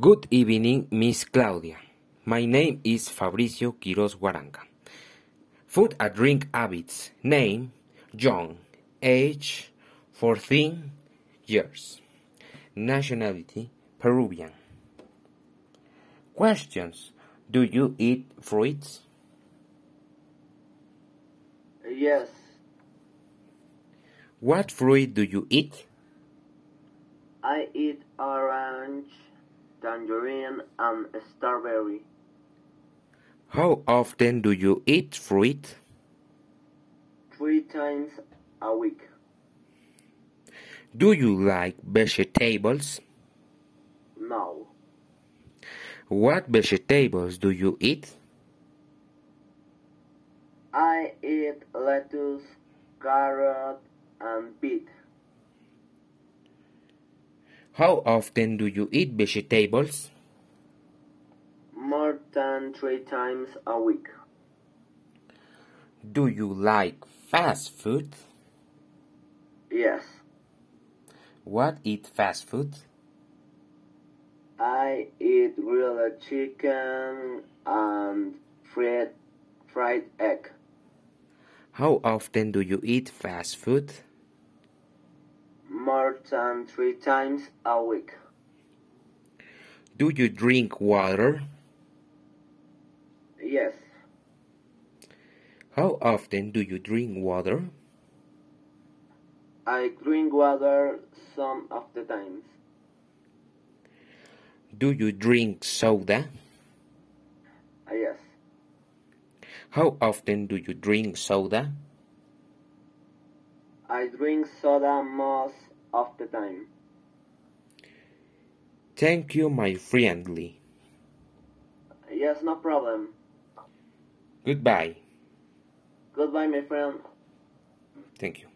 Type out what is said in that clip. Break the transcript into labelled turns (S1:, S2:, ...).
S1: Good evening, Miss Claudia. My name is Fabricio Quiroz Guaranca. Food and drink habits. Name John. Age 14 years. Nationality Peruvian. Questions Do you eat fruits?
S2: Yes,
S1: What fruit do you eat?
S2: I eat orange, tangerine, and strawberry.
S1: How often do you eat fruit?
S2: Three times a week.
S1: Do you like vegetables?
S2: No,
S1: What vegetables do you eat?
S2: I eat lettuce, carrot, and beet.
S1: How often do you eat vegetables?
S2: More than three times a week.
S1: Do you like fast food?
S2: Yes,
S1: What eat fast food?
S2: I eat grilled chicken and fried, fried egg.
S1: How often do you eat fast food?
S2: More than three times a week.
S1: Do you drink water?
S2: Yes,
S1: How often do you drink water?
S2: I drink water some of the times.
S1: Do you drink soda?
S2: Uh, Yes,
S1: How often do you drink soda?
S2: I drink soda most of the time.
S1: Thank you, my friendly.
S2: Ah, Yes, no problem.
S1: Goodbye.
S2: Goodbye, my friend.
S1: Thank you.